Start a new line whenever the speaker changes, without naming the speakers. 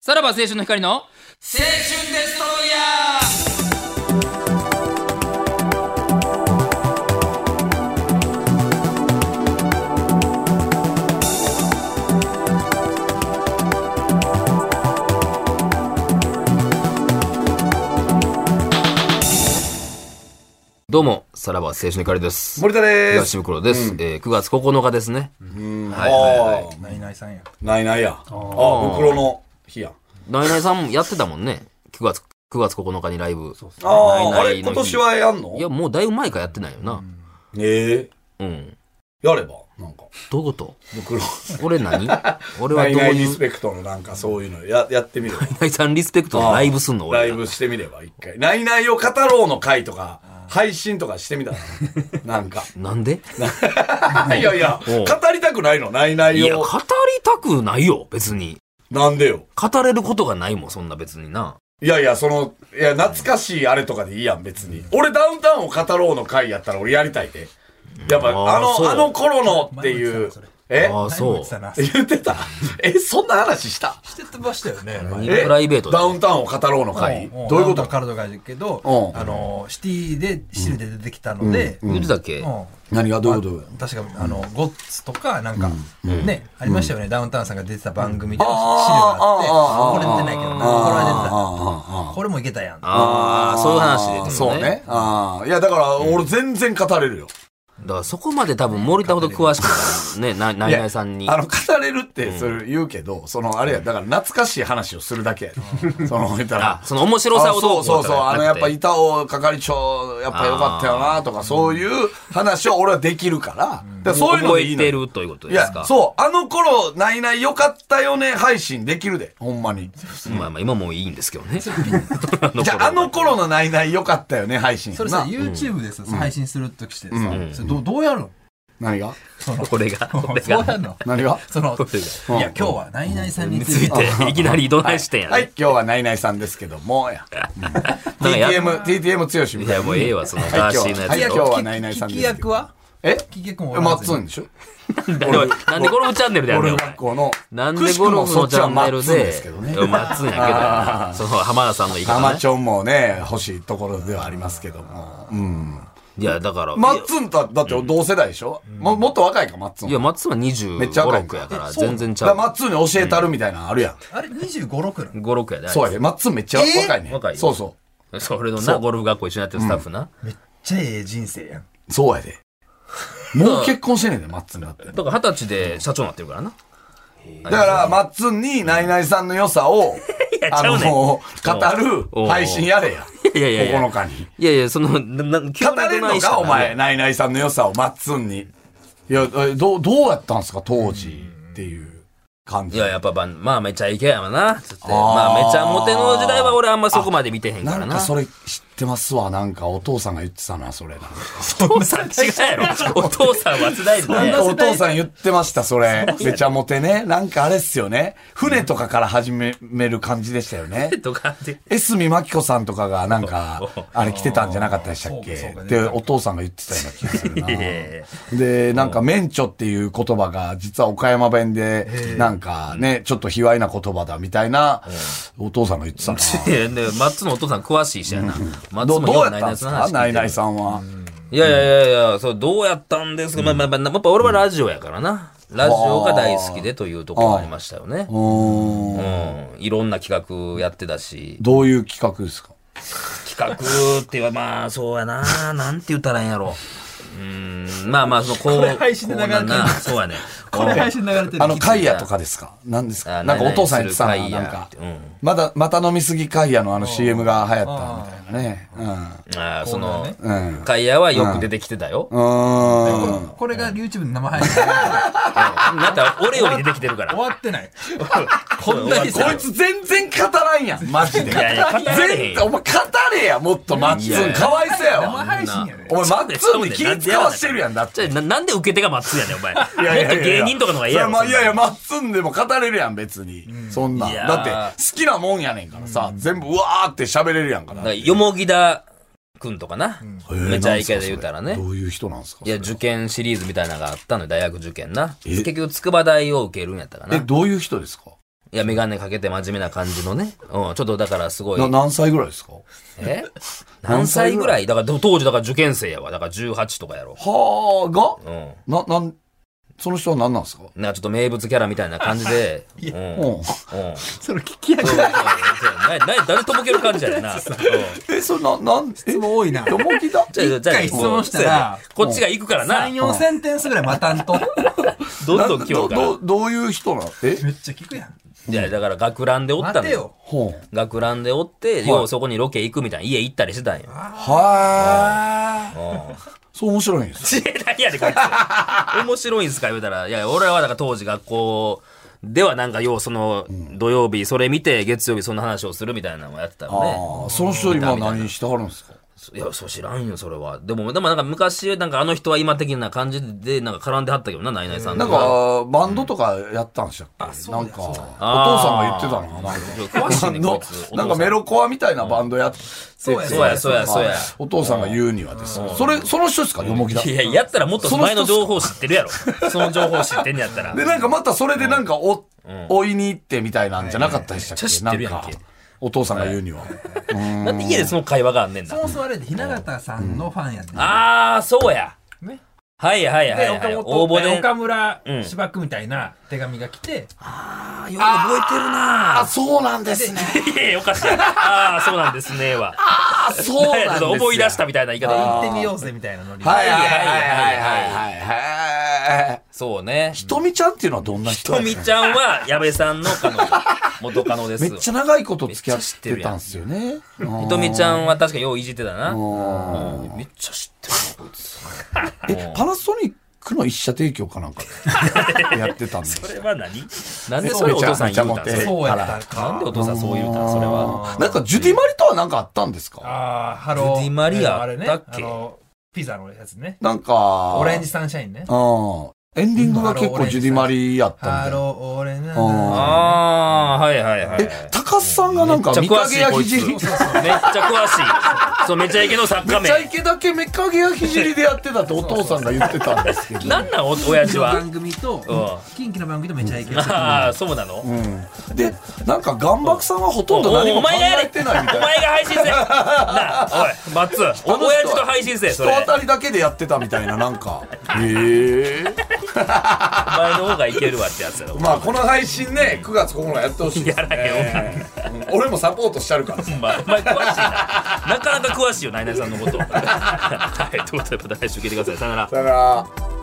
さらば青春の光の
青春デストロイヤー
どうも、さらば青春の光です。
森田で
東
す。
袋です、えー。9月9日ですね。はいはいはい。
い。ないないさんや。ないないや。あ、袋の日や。
ナイナイさんもやってたもんね。9月、9月9日にライブ。
ああ、
な
あ
いないの
れ
日
今年はやんの
いや、もうだいぶ前からやってないよな。
え
う
え
ん。
やればなんか、
どういうこと
袋。
俺 何俺はどう
ないない
い
リ
う
スペクトのなんかそういうのややっ てみれば。
ナイさんリスペクトのライブすんの
ラ
俺
イ
ら。
ブしてみれば、一回。ないないを語ろうの回とか、配信とかしてみたら。な んか。
なんで
いやいや、
うん
語りたくないのないないい
や、
を
語。りたくないよ、別に。
なんでよ。
語れることがないもん、そんな別にな。
いやいや、その、いや、懐かしいあれとかでいいやん、別に。俺、ダウンタウンを語ろうの回やったら俺やりたいで。やっぱ、
あー
あ
そう
の、あの頃のっていう。え
ああ、そう。
言ってたえ、そんな話した
してましたよね。
プライベートで
ダウンタウンを語ろうの回
も
どういうこと
なんかカルドがいるけど、
うん
あのシティでシティで出てきたので、
言ってたっけ、
うん
何がどういうこと
あ確かあのゴッツとかなんかねありましたよねダウンタウンさんが出てた番組で資料があってこれ出てないけどなこれは出てたこれもいけたやん
ああ、そういう話で、ね。
そうね。ああ。いや、だから、俺全然語れるよ。
だからそこまで多分森田ほど詳しくないね、な、ナイナイさんに。
あの、語れるって、それ言うけど、その、あれや、だから懐かしい話をするだけやろその、言った
あ。
ら
その面白さをど
そうう
こ
そうう
と
そう。
か
あの、
じゃ
や
なく
ってぱ、板尾係長、やっぱよかったよな、とか、そういう話は俺はできるから、だからそういうの
覚
でい
え
いのよ
てるということ
い
です
や
か、
そう、あの頃、ないないよかったよね配信できるで、ほんまに。
まあまあ今もういいんですけどね。あの
じゃあ、あの頃のないないよかったよね配信。
それ
な
さ YouTube でさ配信するときしてさそれどうどうやるの
何が
これ が、これ
どうや
が、
るの
何が
その
れ
いや今日はナイナイさんに
に
つ
つ
い
い
て
て、いきなりどないしてんや
は
ね
い、。今日はないないさんですけど も、や。
なんかや
TTM、TTM 強しみ
い
たい
や
な。
もうええわ、そのガーシーの
はい
や
聞
つ
き
今
を。
日はナイナイさんです
聞き役は
え
聞き役も
マッツンでしょ
おいなんでゴルフチャンネルでやる
俺
の
の学校の。
なんでゴルフのチャンネ
く
ル
しくもそっちはマッツン
で
ですけどね、
うん待つんやけど、その浜田さんの言い方
生
ね
チ。ョンもね、欲しいところではありますけども。うん。
いや、だから、
マッツンとはだって同世代でしょももっと若いか、マッツン。
いや、松は25、
めっちゃ若いん
6
か
やから、
えそう
全然ち
だ
ゃ
からマ
う。
ッツンに教えたるみたいなのあるやん。
あれ2 5六なの
5、6やで。あいつ
そうやで、マッツンめっちゃ若いね。
若いよ
そうそ
それのな、ゴルフ学校一緒にやってるスタッフな。
めっちゃええ人生やん
う。そうやで。もう結婚してんねんで、マッツンだって。だ
だから二十歳で社長になってるからな。
から、マッツンにナイナイさんの良 さを、あ
ちゃうねん
の、語る配信やれや。
いやいやいや
9日に。
いやいや、その、な、な急に
語れ
ど
ん
な
の
いした
か、
ら
お前、。ナイナイさんの良さをマッツンに。いや、えどう、どうやったんすか、当時っていう感
い
じ。
や、やっぱば、まあめちゃイケやわな、つって。まあめちゃモテの時代は俺あんまそこまで見てへんか
な
ら
ん
な。
かそれ知ってますわ、なんかお父さんが言ってたな、それ。
お父さん違うやろ。お父さんは世代だ
なんか
よ。
お父さん言ってました、それ。めちゃモテね。なんかあれっすよね。船とかから始める感じでしたよね。
とかって。
江住真紀子さんとかがなん か、あれ来てたんじゃなかったでしたっけってお父さんが言ってたような気がするな。で、なんか、免許っていう言葉が、実は岡山弁で、なんかね、ちょっと卑猥な言葉だみたいな、お父さんが言って たな。
いやで、マッツのお父さん詳しいしやな。マッ
ど
ツ
う
も
ど
よ
うや
う
っ
ないな
たんで
やつ
す
の
か
話
ナ
聞いて
イナイ
る。
さんは。
いやいやいやいや、そう、どうやったんですか、まあまあまあ、やっぱ俺はラジオやからな。ラジオが大好きでというところがありましたよね。
うーん
うん。いろんな企画やってたし。
どういう企画ですか
企画ってはまあそうや ななんて言ったらええんやろうーんまあまあそのこう
これ配信で流れてる
こうなんなそうやね
これ配信流れてる
あの、カイヤとかですか何です
あ
かなんかお父さん言ってたな、
何々
な
する
んか
カイヤってうん。
まだ、また飲みすぎカイヤのあの CM が流行ったみたいなね。
ああその
うん
会話はよく出てきてたよ
うん。うーん。
これが YouTube の生配 信終
また俺より出てきてるから
わってないこんなに
こ
さ
いつ全然語らんやん、マジで。
いやいや語られへん
全然、お前語れや、もっとマッツ
いやい
ン。
や
かわいそうや
生
わ。
配信やで
お前、マッツンに気使わしてるやん、だっ
じゃ
て。
あななんで受け手が待つやねんお前
いやいや
もっと
いやい
芸
や
人とかの方がええやろ
それまあいや
そ
いや、
んな
マッツンでも語れるやん、別に。そんなん
いやー
だって、好きなもんやねんからさ、全部うわーって喋れるやんか
だ
ら
から。よもぎだくんとかな
えー
めちゃイケで言うたら
なん
ね
すかそれどういう人なんですか
いや受験シリーズみたいなのがあったのよ大学受験な
え
結局筑波大を受けるんやったかな
え、どういう人ですか
いいや、メガネかけて真面目な感じのね。うん、ちょっとだからすごい。
な何歳ぐらいですか
え何歳ぐらいだから、当時だから受験生やわ。だから18とかやろ。
はあ、
う
が、
ん。
な、なん、その人は何なんですか
なんかちょっと名物キャラみたいな感じで。うん。うん。
うん。
それ聞きや
そうそうそうなな誰とぼける感じやねんな。うん
え、それな、なん、質
問多いな
どもきだ
じゃあじゃあ
一回質問したら
こっちが行くからな。
3、4センテンスぐらい待たん と。
どんどん来ようか
な
ら
ど。どどういう人なのえ
めっちゃ聞くやん。
いや、だから学ランでおった
待
の
て
よ
よ。。
ほう。
学ランでおって、ようそこにロケ行くみたいな、家行ったりしてたんよ。
はあ。
うん
そう面白いんです。
知恵ないやで、こいつ。面白いんすか言うたら、いや、俺はだから当時学校ではなんか、ようその、土曜日それ見て、月曜日そんな話をするみたいなのをやってたの
ああ、
ね。
その人今何してはるんですか
いや、そう知らんよ、それは。でも、でもなんか昔、なんかあの人は今的な感じで、なんか絡んではったけどな、ナイナイさん
な
と
ん
か。
か、バンドとかやったんでしたっけ、なんか、お父さんが言ってたのなんか。
詳しい
バ
ね、
ン
こい
ド
つ。
なんかメロコアみたいなバンドやってて、
そうや
そうや、そうや、そうや。
お父さんが言うにはですね、それ、その人ですかよもぎだ。
い
で、
や、やったらもっと
その
前の
人っすか
情報知ってるやろ。その情報知ってんねやった ら。
なんかまたそれでなんか、お、追いに行ってみたいなんじゃなかったでした
め
っ
っちゃ知
け
っ
な
てる
ん
やんけ
か、お父さんが言うには。
だって家でその会話があんねんな
そ。もそもあれで、雛形さんのファンやって。
あー、そうや。
ね
はいはいはい、は
で
い。
岡
応募
本
で。
岡村
うん
芝君みたいな手紙が来て、
あよく覚えてるな
あ、そうなんですね。
いやいや、おかしい。ああ、そうなんですね、は。
あ、そうなんですよ
思い出したみたいな言い
行
方。
ってみようぜみたいなノリで。
はいはいはいはいはいはい。
そうね。ひ
ひとみちゃんっていうのはどんな人
と
なん
み
ですか
ちゃんは、矢部さんの彼女。元カノです。
めっち
ひ
ゃ長いこと付き合ってたんですよね。うん
とみちゃんは確かによういじってたな。
うん
うんめっちゃ知ってるなこいつ。
え、パナソニックの一社提供かなんかでやってたんです
それ
よ。
は何なんでそれお父さん言うたん
めちゃめちゃモテ
それ
そうやったん
なん
か
でお。父さんそう言うたんそれは。
なんかジュディマリとはなんかあったんですか
ああ、ハロー。
ジュディマリア
あれね
だっけ
あのピザのやつね。
なんか、
オレンジサンシャインね。
うん。エンディングが結構ジュディマリやった
ハ
んで。
ロー、オレンジ。
あ
ああ、はいはいはい。
え、高須さんがなんか
めっ
見
ちゃ詳
か
し
け
い
や
こい
ひ
つ
じ り。
めっちゃ詳しい。そう、めちゃイケの作家
めちゃ
名
イ。ケだけめかげやひじりでやってたってお父さんが言ってたんですけど。
なんなん、お親父は。
番組と、
う
近畿の番組とめちゃイケ。
ああ、そうなの
うんで、なんか、岩爆さんはほとんど何も考えてないみた
お
いな。
前が配信せえなあおい松
あの
お
人は
親父と配信せえそ
人
れ
当たりだけでやってたみたいな、なん か。へえ。
お前の方がいけるわってやつやろ
まあ、この配信ね、9月9日やってほしいですね。
やら
うん俺もサポートしてるからさ。
お前お前詳しいな なかなか詳しいよナイナイさんのことはいということでまた来週聞いてくださいさよなら
だから。